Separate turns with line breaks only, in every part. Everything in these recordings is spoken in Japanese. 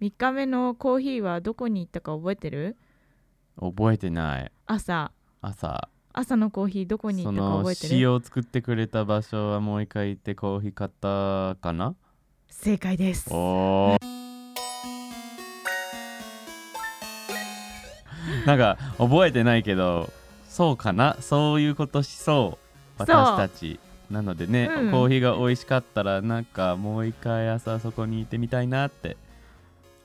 3日目のコーヒーはどこに行ったか覚えてる
覚えてない
朝
朝
朝のコーヒーどこに行
そ
ったか
の
覚えて
詩
る
を作ってくれた場所はもう一回行ってコーヒー買ったかな
正解です
おー なんか覚えてないけどそうかなそういうことしそう
そう
私たちなのでね、
うん
コーヒーが美味しかったらなんかもう一回朝そこに行ってみたいなって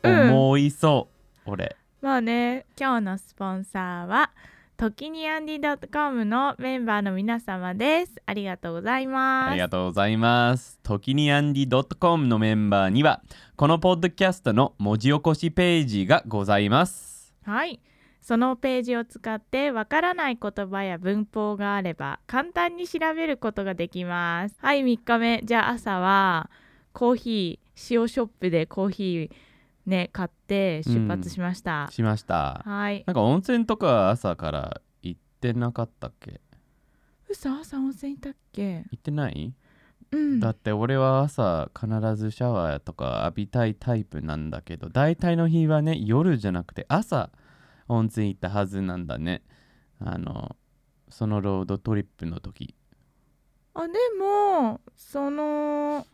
思いそう、俺
まあね今日のスポンサーはときにアンディ .com のメンバーの皆様ですありがとうございます
ありがとうございます。ときにアンディ .com のメンバーには、このポッドキャストの文字起こしページがございます。
はい。そのページを使ってわからない言葉や文法があれば簡単に調べることができます。はい、3日目。じゃあ朝はコーヒー、塩ショップでコーヒーね、買って出発しました。
しました。
はい。
なんか温泉とか朝から行ってなかったっけ
うそ、朝温泉行ったっけ
行ってない、
うん。
だって俺は朝必ずシャワーとか浴びたいタイプなんだけど、大体の日はね、夜じゃなくて朝温泉行ったはずなんだね。あの、そのロードトリップの時。
あ、でも、その、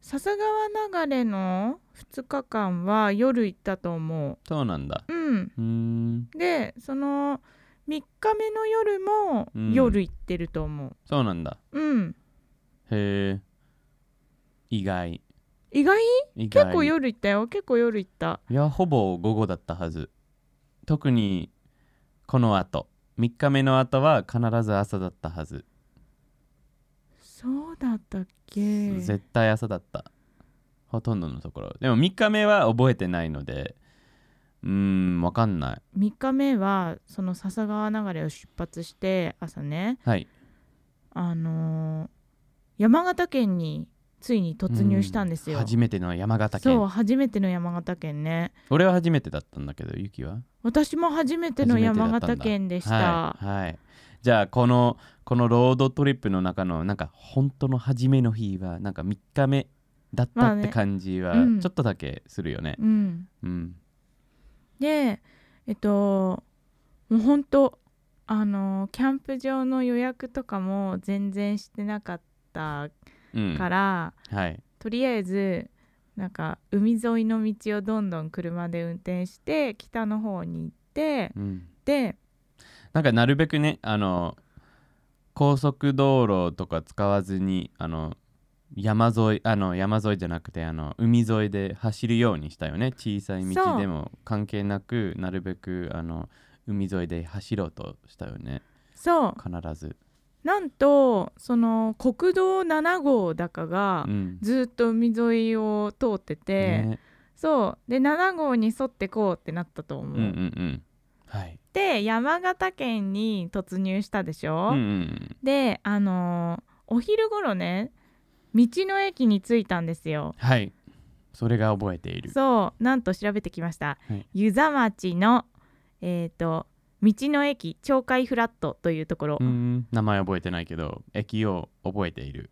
笹川流れの2日間は夜行ったと思
そうなんだ。
う。うん。
うーん。
でその3日目の夜も
うん
夜行ってると思
そうなんだ。
ううん、
へえ意外
意外
意外
結構夜行ったよ結構夜行った
いやほぼ午後だったはず特にこの後3日目の後は必ず朝だったはず、
そうだったっけ
絶対朝だったほとんどのところでも3日目は覚えてないのでうーんわかんない
3日目はその笹川流れを出発して朝ね
はい
あのー山形県についに突入したんですよ、
う初めての山形
そう
県
初めての山形県ね
俺は初めてだったんだけどゆきは
私も初めての山形県でした
はい、はいじゃあこのこのロードトリップの中のなんか本当の初めの日はなんか3日目だっ
ま
た
あ
っ
ね
て感じは
うん
ちょっとだけするよね。
うん
うん、
でえっともうほんとあのキャンプ場の予約とかも全然してなかった
うん、
から、
はい、
とりあえずなんか海沿いの道をどんどん車で運転して北の方に行って
うん。
で
なんかなるべくねあの高速道路とか使わずにあの山沿いあの山沿いじゃなくてあの海沿いで走るようにしたよね小さい
そ
道
う
でも関係なくなるべくあの海沿いで走ろうとしたよね
そう
必ず。
なんとその国道7号だかが
うん
ずっと海沿いを通ってて、
ね
そうで7号に沿ってこうってなったと思
う
う。
んうんうんはい
で山形県に突入したでしょ、
うんうん
であのーお昼頃ね道の駅に着いたんですよ
はいそれが覚えている
そうなんと調べてきました、
はい
湯沢町のえっ、と道の駅鳥海フラットというところ、
うん名前覚えてないけど駅を覚えている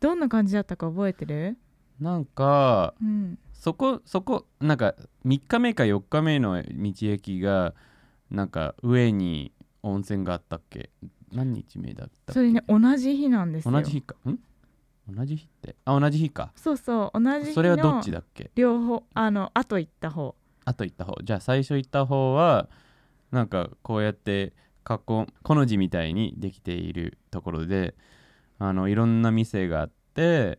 どんな感じだったか覚えてる
なんか
うん
そこそこなんか3日目か4日目の道駅がなんか上に温泉があったっけ何日目だったっけ
それね同じ日なんですよ
同じ日かん同じ日ってあ同じ日か
そうそう同じ日の
それはどっちだっけ
両方あの後行った方
あと行った方じゃあ最初行った方はなんかこうやって囲んこの字みたいにできているところであのいろんな店があって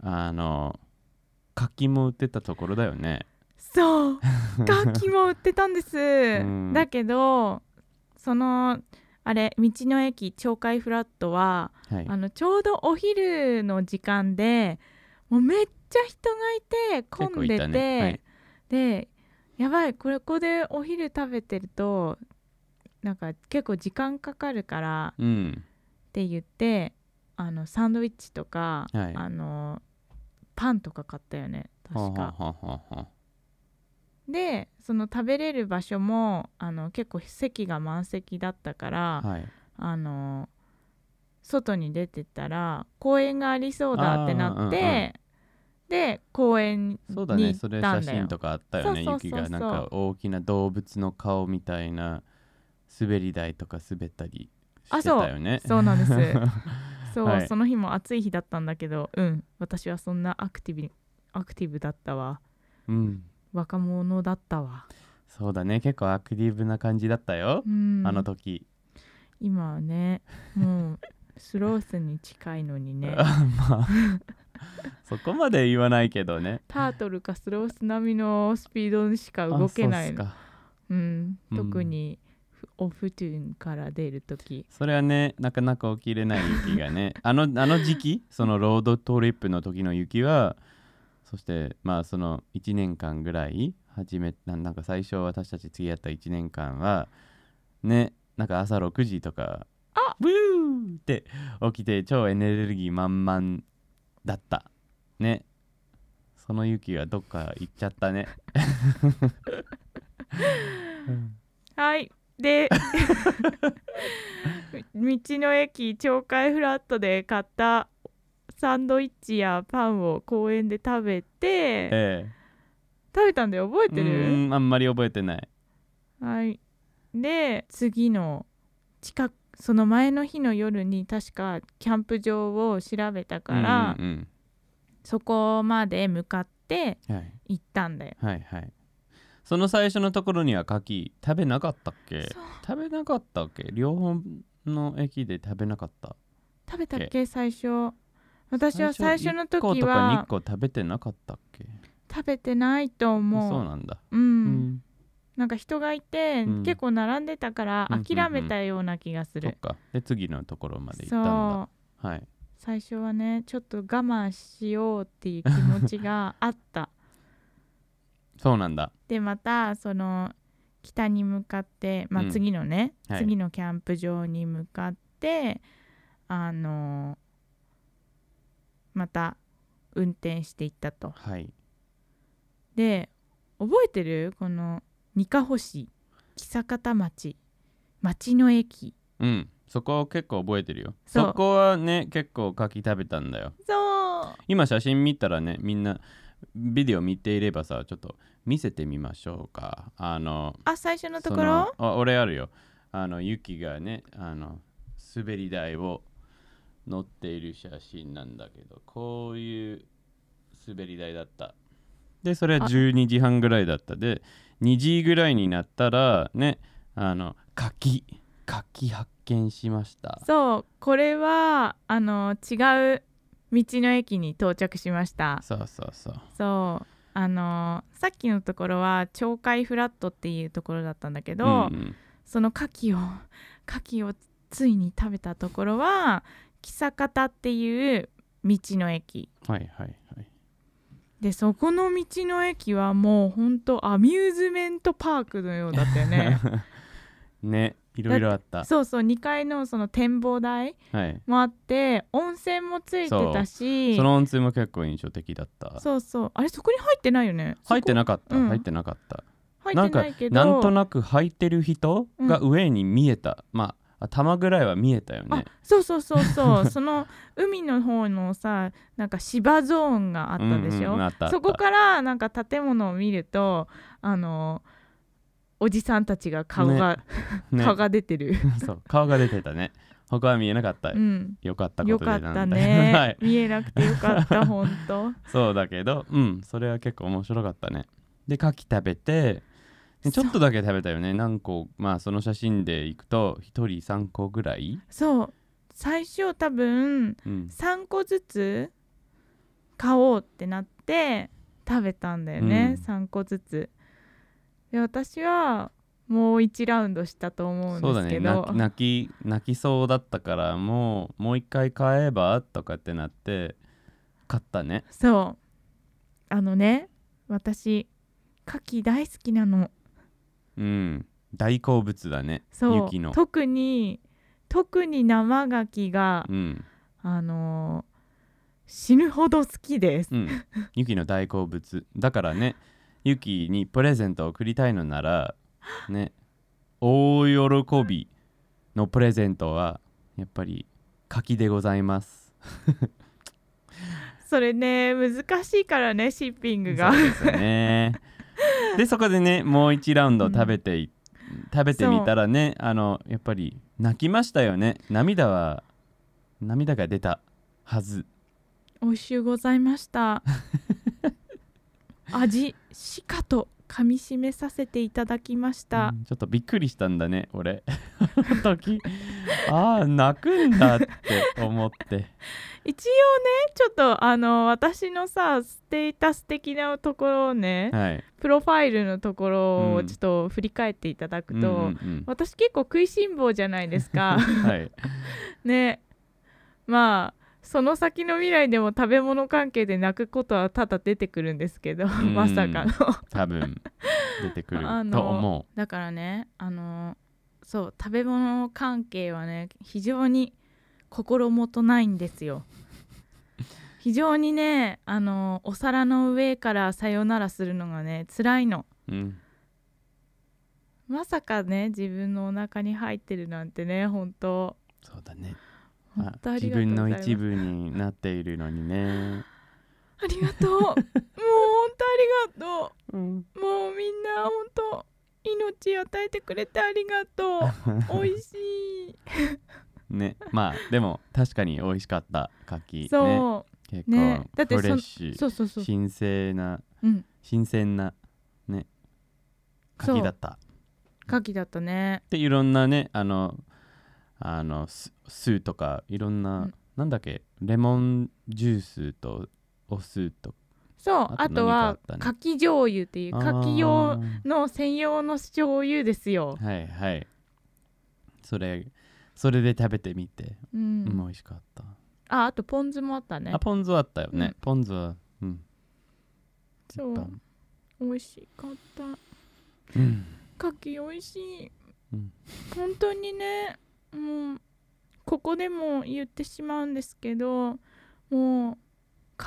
あの柿も売ってたところだよね
そう楽器も売ってたんです、
ん
だけどそのあれ道の駅鳥海フラットは、
はい
あのちょうどお昼の時間でもうめっちゃ人がいて
結
混ん
構行っ
で
た
て、
ねはい
でやばいこれここでお昼食べてるとなんか結構時間かかるから
うん
って言ってあのサンドイッチとか、
はい
あのパンとか買ったよね確か。
ははははは
でその食べれる場所もあの結構席が満席だったから、
はい
あの外に出てったら公園がありそうだってなって、
あーうんうん
で公園に
そ
行
う
った
だ
んだよ
ねそれ写真とかあったよね
そうそうそうそう
雪がなんか大きな動物の顔みたいな滑り台とか滑ったりしてたよね
そうなんですそう、
はい
その日も暑い日だったんだけどうん私はそんなアクティブにアクティブだったわ
うん
若者だったわ
そうだね結構アクティブな感じだったよ
う、ん
あの時、
今はねもうスロースに近いのに ね
まあそこまで言わないけどね
タートルかスロース並みのスピードにしか 動けない
あそうっす
の
か
うん、
うん
特にふオフトゥーンから出る時
それはねなかなか起きれない雪 がねあのあの時期そのロードトリップの時の雪はそしてまあその1年間ぐらい始めななんか最初私たち付き合った1年間はねなんか朝6時とか
あ
ブーって起きて超エネルギー満々だったねその雪はどっか行っちゃったね
はい で道の駅鳥海フラットで買ったサンドイッチやパンを公園で食べて
え
食べたんだよ覚え
えう
てる
ーんあんまり覚えてない
はいで次の近くその前の日の夜に確かキャンプ場を調べたから、
うんうん
そこまで向かって
うんはい
行ったんだよ
はいはいその最初のところには柿食べなかったっけ
そう
食べなかったっけ両方の駅で食べなかった
食べたっけ最初私は最初の
1個
時
とか
は
2個食べてなかったっけ
食べてないと思う
そうなんだ
う、
うん
なんか人がいて、
うん
結構並んでたから
うんうんうん
諦めたような気がす
そっ
る、
かで次のところまで行ったんだ
そう
はい
最初はねちょっと我慢しようっていう気持ちがあった
そうなんだ
でまたその北に向かって、まあ
うん
次のね、
はい
次のキャンプ場に向かってあのまた運転していったと
はい
で覚えてるこの三ヶ星久方町町の駅
うんそこは結構覚えてるよ
そう
そこはね結構柿食べたんだよ
そう
今写真見たらねみんなビデオ見ていればさちょっと見せてみましょうかあの
あ最初のとこ
そ
ろ
のあ俺あるよあのユキがねあの滑り台を乗っている写真なんだけどこういう滑り台だったでそれは
あ
12時半ぐらいだったで2時ぐらいになったらねあの柿柿発見しました
そうこれはあの違う道の駅に到着しました
そうそうそう
そうあのさっきのところは鳥海フラットっていうところだったんだけど、
んん
その牡蠣を 牡蠣をついに食べたところは久方っていう道の駅
はいはいはい
でそこの道の駅はもうほんとアミューズメントパークのようだったよ ね
ねいろいろあった
そうそう2階のその展望台
はい
もあって温泉もついてたし
その温泉も結構印象的だった
そうそうあれそこに入ってないよね
入って
い
なかった、
うん
入ってなかった
入
な
っ
ん
て
か
ないけど
なんとなく履いてる人が上に見えた、まあ頭ぐらいは見えたよね
あそうそうそうそう その海の方のさなんか芝ゾーンがあ
あ
ったでしょ、
あったあった
そこからなんか建物を見るとあのおじさんたちが顔が、
ね
顔が出てる、
そう顔が出てたね他は見えなかった、
うん
よかったこ
よ
と
か
で
っ
なん
た
だ
ね、
はい、
見えなくてよかった本当
そうだけどうんそれは結構面白かったねで牡蠣食べて
そう
ちょっとだけ食べたよね何個まあその写真でいくと1人3個ぐらい、
そう最初多分
うん、
3個ずつ買おうってなって食べたんだよね、
うん
3個ずつで私はもう1ラウンドしたと思うん
そうだ
です
ね
けど
泣き泣き泣きそうだったからもうもう一回買えばとかってなって買ったね
そうあのね私牡蠣大好きなの
うん大好物だね
そ
雪の
う特に特に生牡蠣が、
うん、
あのー死ぬほど好きです
うん、ユキの大好物だからねユキにプレゼントを贈りたいのならね大喜びのプレゼントはやっぱり柿でございます
それね難しいからねシッピングが
そうです ねでそこでねもう1ラウンド食べてい、食べてみたらねあのやっぱり泣きましたよね涙は涙が出たはず
美味しゅうございました 味しかと噛み締めさせていただきました、
うんちょっとびっくりしたんだね俺 あの時ああ泣くんだって 思って
一応ねちょっとあの私のさステータス的なところをね
はい
プロファイルのところ
う
を
ん
ちょっと振り返っていただくと、
うんうん
私結構食いしん坊じゃないです
うん
か
はい
ねまあその先の未来でも食べ物関係で泣くことは多々出てくるんですけど、
ん
まさかの
多分出てくる
あの
と思
だからねあのそう食べ物関係はね非常に心もとないんです よ非常にねあのお皿の上からさよならするのがね辛いの
う、うん、
まさかね自分のお腹に入ってるなんてね本当
そうだね
本当あ
自
りがとう
分
ござ
の
います
一部になっているのにね、
ありがとうもう本当ありがと
うん、
うもうみんな本当命与えてくれてありがと う美味しい
ねまあでも確かに美味しかった柿ね
そ
結
うね
構
だって
フ
そ
レッシ
う
ュ、
そうそうそう
新鮮な
うん
新鮮なね
そう
柿だった
牡蠣だったね
でいろんなねあのあの酢酢とかいろん
う
な、
ん
なんだっけレモンジュースとお酢と
そうあ
あ
と
と何かあ
は
ったね
牡蠣醤油っていう牡蠣
あ
用
ー
の専用の醤油ですよ、
はいはいそれそれで食べてみて、
う
うんん、美味しかった、
ああとポン酢もあったね
あポン酢あったよね、
うん
ポン酢はうん
そう
一般
美味しかった
うん
牡蠣美味しい、
うん
本当にねもうここでも言ってしまうんですけどもう牡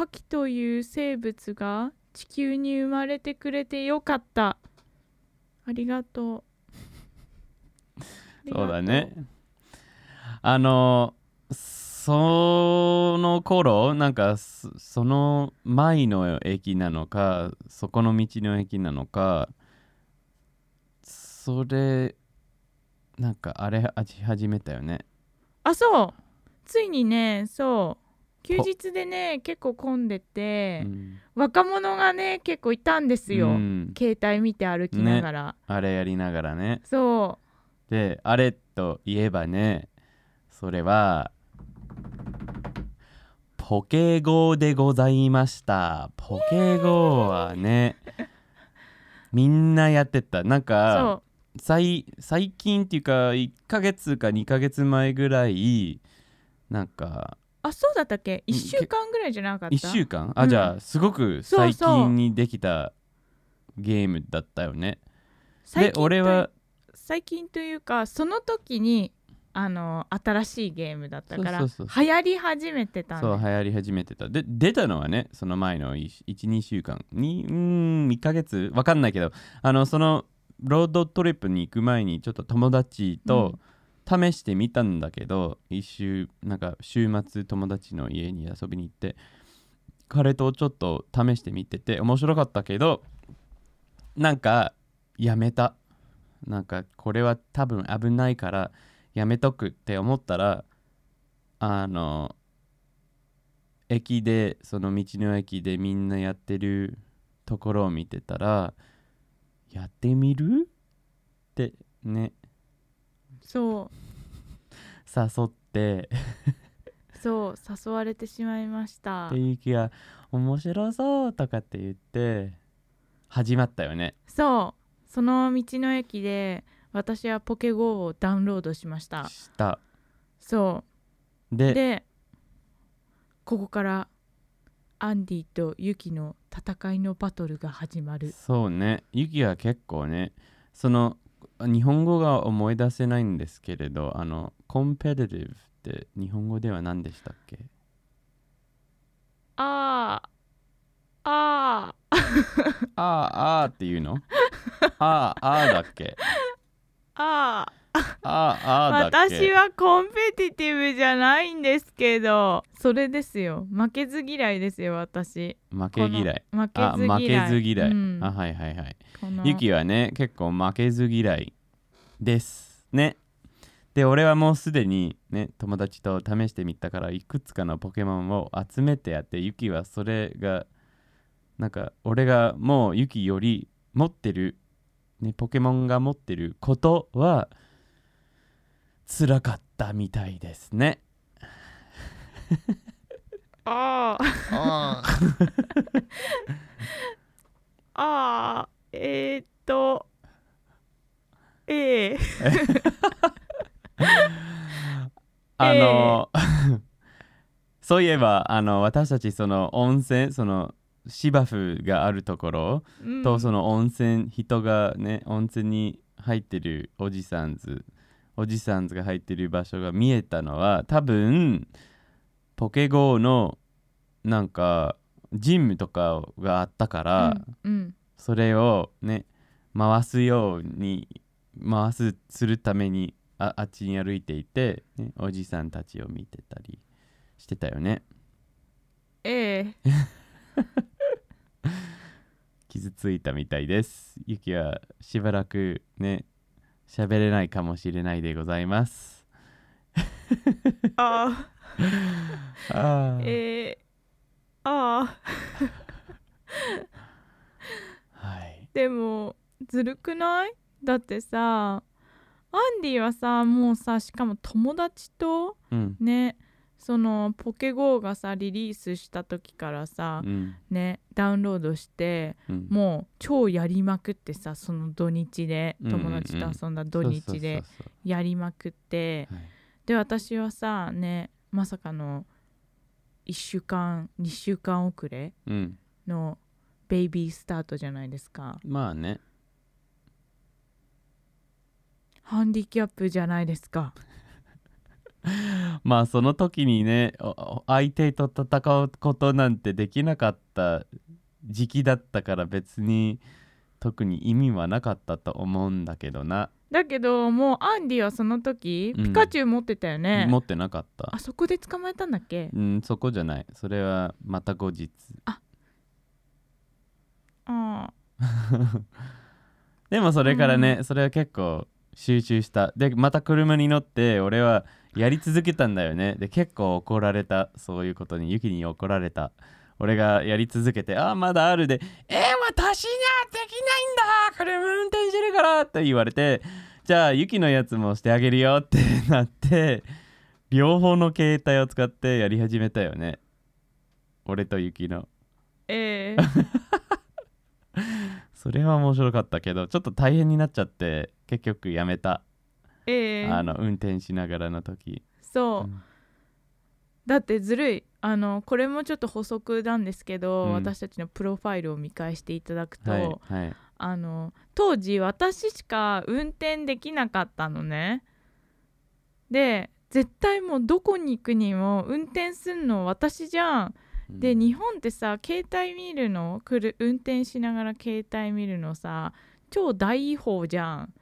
蠣という生物が地球に生まれてくれてよかったありがとう
そうだねあのその頃なんかそその前の駅なのかそこの道の駅なのかそれなんかあれ味始めたよね
あそうついにねそう休日でね結構混んでて、
うん
若者がね結構いたんですよ、
うん
携帯見て歩きながら、
あれやりながらね
そ
であれといえばねそれはポケゴーでございましたポケゴーはねみんなやってたなん
う
か
そ
最最近っていうか1ヶ月か2ヶ月前ぐらいなんか
うあそうだったっけ
うん
1週間ぐらいじゃなかった
1週間
う
あ
ん
じゃあすごく
そう
最
そう
近にできたゲームだったよね
最近
で
と
俺は
最近というかその時にあの新しいゲームだったから
そうそうそ
流行り始めてたん
そう流行り始めてたで出たのはねその前の12週間にうーん1ヶ月わかんないけどあのそのロードトリップに行く前にちょっと友達と試してみたんだけど、一週なんか週末友達の家に遊びに行って彼とちょっと試してみてて面白かったけどなんかやめたなんかこれは多分危ないからやめとくって思ったらあの駅でその道の駅でみんなやってるところを見てたらやってみるってね
そう
誘って
そう誘われてしまいました
でゆきが面白そうとかって言って始まったよね
そうその道の駅で私はポケ GO をダウンロードしました
した
そ
で
うでここからアンディとユキの戦いのバトルが始まる
そうねゆきは結構ねその日本語が思い出せないんですけれどあのコンペティティブって日本語では何でしたっけ
あーあー
あーあーっていうのあーあーだっけ
あー
あああだっけ
私はコンペティティブじゃないんですけどそれですよ負けず嫌いですよ私
負け嫌い
この負け
あ
ず嫌
負
い
けず嫌い、
うん
あはいはいはい
この
ゆきはね結構負けず嫌いですねで俺はもうすでにね友達と試してみたからいくつかのポケモンを集めてやってゆきはそれがなんか俺がもうゆきより持ってる、ね、ポケモンが持ってることは辛かったみたいですね
あー
あ
あーえー、っとええ
あの、 そういえばあの私たちその温泉その芝生があるところ
うん
とその温泉人がね温泉に入ってるおじさんずおじさんずが入ってる場所が見えたのは多分ポケ GO のなんかジムとかがあったから、
うん
それをね回すように回すするためにああっちに歩いていて、ね、おじさんたちを見てたりしてたよね
ええ
傷ついたみたいですゆきはしばらくね喋れないかもしれないでございます
あ ー
あー
えー、あー
はい
でもずるくないだってさアンディはさもうさしかも友達と
うん
ねそのポケ GO がさリリースした時からさ、
うん
ねダウンロードして
うん
もう超やりまくってさその土日で
うんうんうん
友達と遊んだ土日で
そうそう
やりまくって
そうはい
で私はさねまさかの1週間2週間遅れ
うん
のベイビースタートじゃないですか
まあね
ハンディキャップじゃないですか
まあその時にねおお相手と戦うことなんてできなかった時期だったから別に特に意味はなかったと思うんだけどな、
だけどもうアンディはその時
うん
ピカチュウ持ってたよね、
持ってなかった
あそこで捕まえたんだっけ
うんそこじゃないそれはまた後日
ああ
でもそれからね、それは結構集中したでまた車に乗って俺はやり続けたんだよねで結構怒られたそういうことにユキに怒られた俺がやり続けて「あまだあるで」えー、私にはできないんだ車運転してるから」って言われて「じゃあユキのやつもしてあげるよ」って なって両方の携帯を使ってやり始めたよね俺とユキの
ええ
それは面白かったけどちょっと大変になっちゃって結局やめた
ええ
あの運転しながらの時、
そう、
うん
だってずるいあのこれもちょっと補足なんですけど、
うん
私たちのプロファイルを見返していただくと、
はいはい
あの当時私しか運転できなかったのねで絶対もうどこに行くにも運転すんの私じゃんで
うん
日本ってさ携帯見るのくる運転しながら携帯見るのさ超大違法じゃん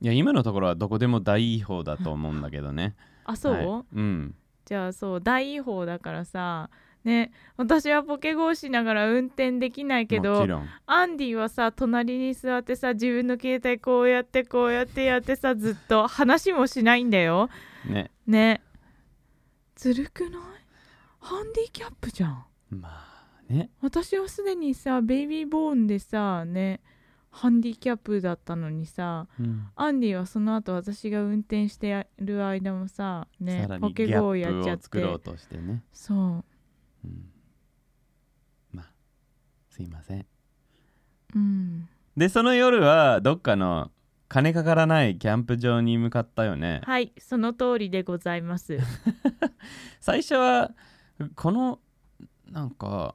いや今のところはどこでも大違法だと思うんだけどね
あ そう、
はいうん
じゃあそう大違法だからさね私はポケゴーしながら運転できないけ
も
ど
ちろん
アンディはさ隣に座ってさ自分の携帯こうやってこうやってやってさずっと話もしないんだよ
ね
ねずるくないハンディキャップじゃん
まあね
私はすでにさベイビーボーンでさねハンディキャップだったのにさ
うん
アンディはその後私が運転してる間もさね
さら
ポ
にギ
ケ
ャ
ゴーをや
ッ
っち
プ
ゃっ
を作ろ
て
うとしてね、
そう
うん、まあすいません
うん
でその夜はどっかの金かからないキャンプ場に向かったよね
はいその通りでございます
最初はこのなんか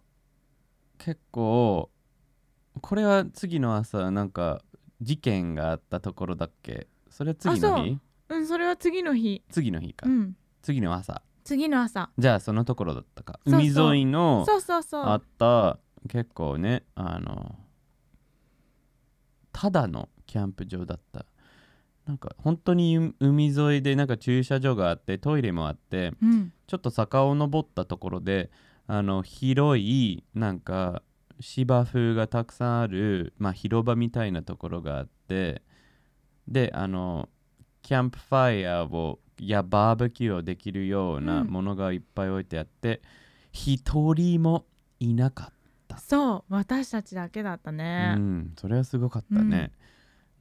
結構これは次の朝なんか事件があったところだっけそれは次の
あそ
日
うんそれは次の日
次の日か、
うん
次の朝
次の朝
じゃあそのところだったか
そうそう
海沿いの
そうそうそう
あった結構ねあのただのキャンプ場だったなんか本当に海海沿いでなんか駐車場があってトイレもあって
うん
ちょっと坂を登ったところであの広いなんか芝生がたくさんある、まあ、広場みたいなところがあってであのキャンプファイヤーをやバーベキューをできるような
うん
ものがいっぱい置いてあって、一人もいなかっ
そう私たちだけだった
た、
ね
う、ん、それはすごかったね、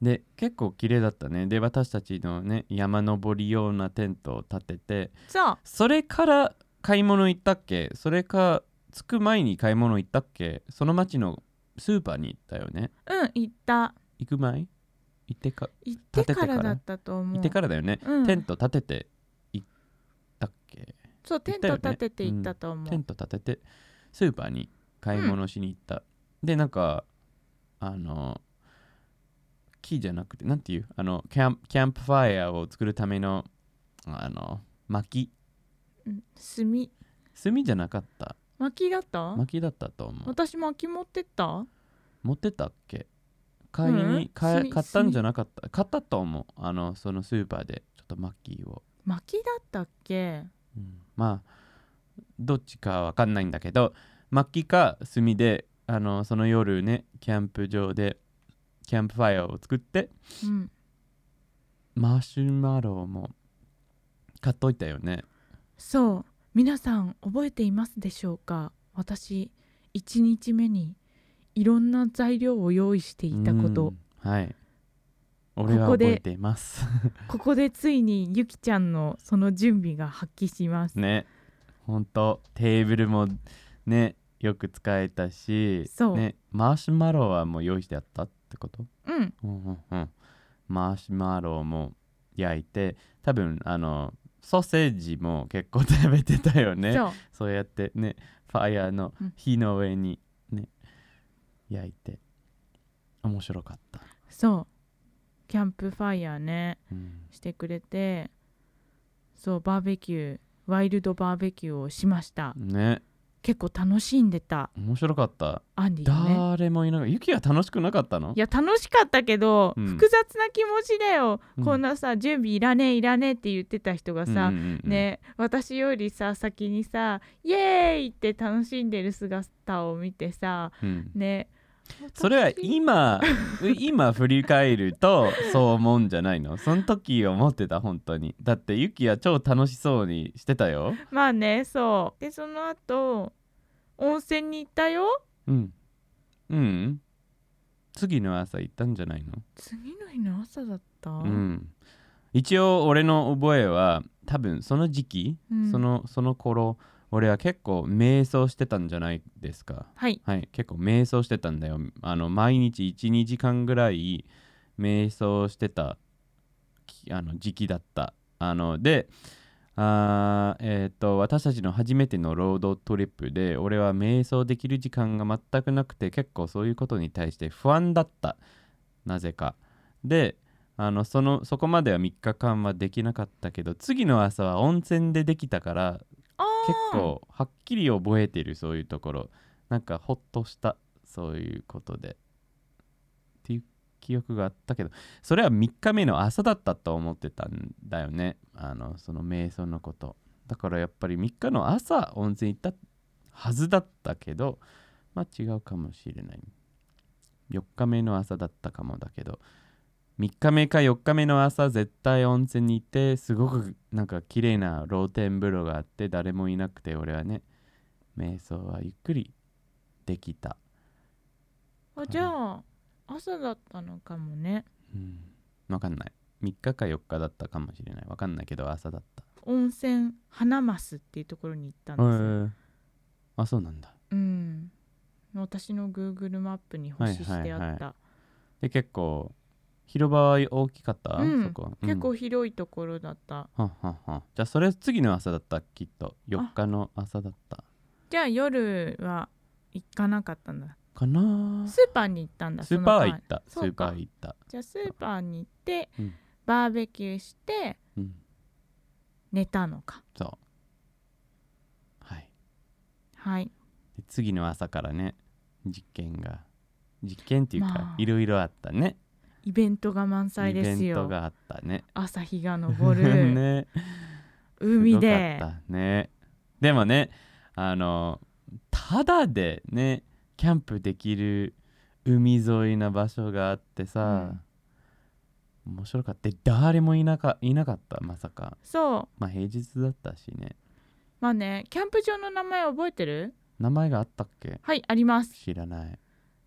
で結構綺麗だったねで私たちのね山登り用なテントを立てて
そう
それから買い物行ったっけそれか着く前に買い物行ったっけその町のスーパーに行ったよね
うん行った
行く前行ってか
行ってか
立ててからら
だったと思う
行ってからだよね、
うん
テント立てて行ったっけ
そうテント
行ったよ
立て
ね
て行ったと思う、
テント立ててスーパーに買い物しに行った、でなんかあの木じゃなくてなんていうあのキャンキャンプファイヤーを作るためのあの薪
うん炭
炭じゃなかった
薪だった
薪だったと思う
私薪持ってった
持ってたっけ買いに、
うん
買え
炭
買ったんじゃなかった買ったと思うあのそのスーパーでちょっとマッキーを、
薪だったっけ
うんまあどっちかわかんないんだけどマッキーか炭であのその夜ねキャンプ場でキャンプファイアを作って
うん
マシュマロも買っといたよね
そう皆さん覚えていますでしょうか私1日目にいろんな材料を用意していたこと、
うんはい俺
ここ
は覚
で
えています
ここでついにゆきちゃんのその準備が発揮します、
ねほんとテーブルもねよく使えたし
そう
ね、マシュマロはもう用意してあったってこと、
うん
うんうんうん、マシュマロも焼いて多分あのソーセージも結構食べてたよね
そう
そうやってねファイヤーの
うん
火の上にね、焼いて面白かった、
そうキャンプファイヤーね
うん、
してくれてそうバーベキューワイルドバーベキューをしました
ね
結構楽しんでた
面白かった
アンディね
誰もいなかったユキは楽しくなかったの
いや楽しかったけど、
うん
複雑な気持ちだよ、
うん
こんなさ準備いらねえいらねえって言ってた人がさ、
うんうんうん
ね私よりさ先にさイエーイって楽しんでる姿を見てさ
うん
ね
それは
私
今今振り返るとそう思うんじゃないのその時思ってた本当にだってユキは超楽しそうにしてたよ
まあねそうでその後温泉に行ったよ
うんうん次の朝行ったんじゃないの
次の日の朝だった、
うん一応俺の覚えは多分その時期、
うん
そのその頃俺は結構瞑想してたんじゃないですか
はい
はい、結構瞑想してたんだよ。あの毎日12時間ぐらい瞑想してたきあの時期だった。あのであー、えーと、私たちの初めてのロードトリップで俺は瞑想できる時間が全くなくて結構そういうことに対して不安だった。なぜか。であのそのそこまでは3日間はできなかったけど次の朝は温泉でできたから
あー
結構はっきり覚えてるそういうところなんかほっとしたそういうことでっていう記憶があったけどそれは3日目の朝だったと思ってたんだよねあのその瞑想のことだからやっぱり3日の朝温泉行ったはずだったけどまあ違うかもしれない4日目の朝だったかもだけど3日目か4日目の朝絶対温泉に行ってすごくなんか綺麗な露天風呂があって誰もいなくて俺はね瞑想はゆっくりできた、
あじゃあ朝だったのかもね
うん、分かんない3日か4日だったかもしれない分かんないけど朝だった
温泉花ますっていうところに行ったんですよ、
へえあそうなんだ
うん私の Google マップに星してあった、
はいはいはで結構広場は大きかった、
うん
そこ、
結
うん
構広いところだった
はんはんはんじゃあそれ次の朝だったきっと4日の朝だった
じゃあ夜は行かなかったんだ
かな
スーパーに行ったんだ
スーパ
その
ー行
間
ったス
そう
ーパ
か
ー行った
じゃあスーパーに行って、
うん
バーベキューして
うん
寝たのか
そうはい
はい
で次の朝からね実験が実験っていうか、
まあ
いろいろあったね
イベントが満載です
イベント
よ
があったね。
朝日が昇る、
ね、
海
す
で
ごかったね。でもね、あのただでねキャンプできる海沿いな場所があってさ、面白かった。で誰もいなかいなかったまさか。
そう
まあ平日だったしね。
まあねキャンプ場の名前覚えてる
名前があったっけ？
はいあります
知らない。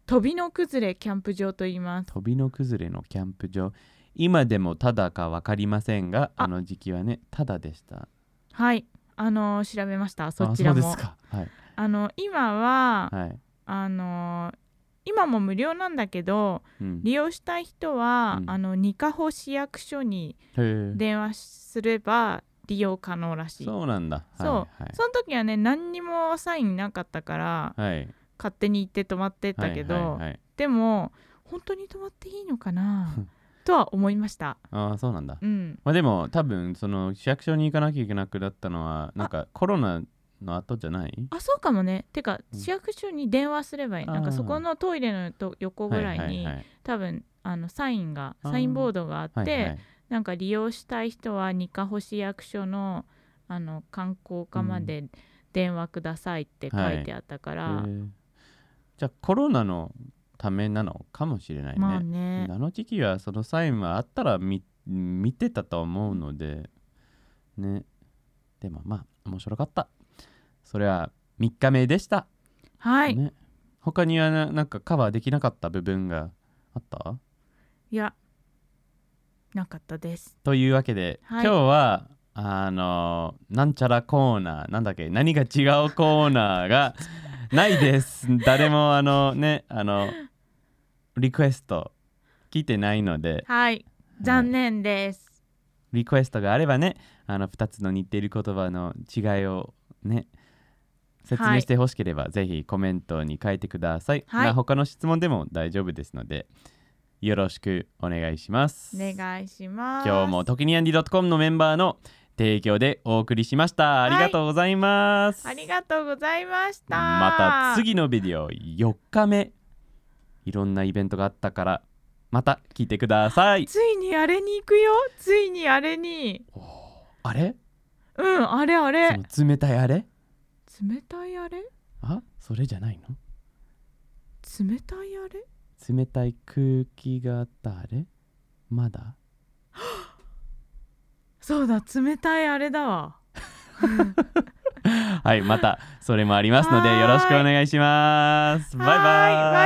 飛びの崩れキャンプ場と言います
飛びの崩れのキャンプ場今でもただか分かりませんが
あ
あの時期はねただでした
はいあのー調べましたそちら
あ
も
そうですかはい
あの今は、
はい、
あのー今も無料なんだけど
うん、
利用したい人は、
うん
あの二カ保市役所に
へ
電話すれば利用可能らし
え
い
そうなんだ
そうその時はね何にもサインなかったから
はいはいはい
勝手に行って泊まってったけど、
はいはいはい
でも本当に泊まっていいのかな
うん
とは思いました
ああそうなんだ
うん
まあでも多分その市役所に行かなきゃいけなくなったのはなんかコロナの後じゃない
あそうかもねてか
うん
市役所に電話すればいい、
あー
なんかそこのトイレのと横ぐらいに、
はいはい
多分あのサインが
あー
サインボードがあって、
はいはいはい
なんか利用したい人は二カ星役所のあの観光課まで電話くださいって書いてあったから、
へえじゃあコロナのためなのかもしれないね、
まあね
あの時期はそのサインはあったら見見てたと思うのでねでもまあ面白かったそれは3日目でした、
はい、
ね、他にはななんかカバーできなかった部分があった
いやなかったです
というわけで、
はい
今日はあのなんちゃらコーナーなんだっけ何が違うコーナ ーがないです誰もあのねあのリクエスト来てないので
はい残念です、
リクエストがあればねあの2つの似ている言葉の違いをね説明してほしければ、ぜひコメントに書いてください、
はい
まあ他の質問でも大丈夫ですのでよろしくお願いします
お願いします
今日もときにアンディ .com のメンバーの提供でお送りしましたありがとうございます、
ありがとうございました
また次のビデオ4日目いろんなイベントがあったからまた聞いてください
ついにあれに行くよついにあれに
あれ
うんあれあれ
その冷たいあれ
冷たいあれ
あそれじゃないの
冷たいあれ
冷たい空気があったあれまだ
そうだ冷たいあれだわ
はいまたそれもありますので
はーい
よろしくお願いしますバイバ
はーいバイバイ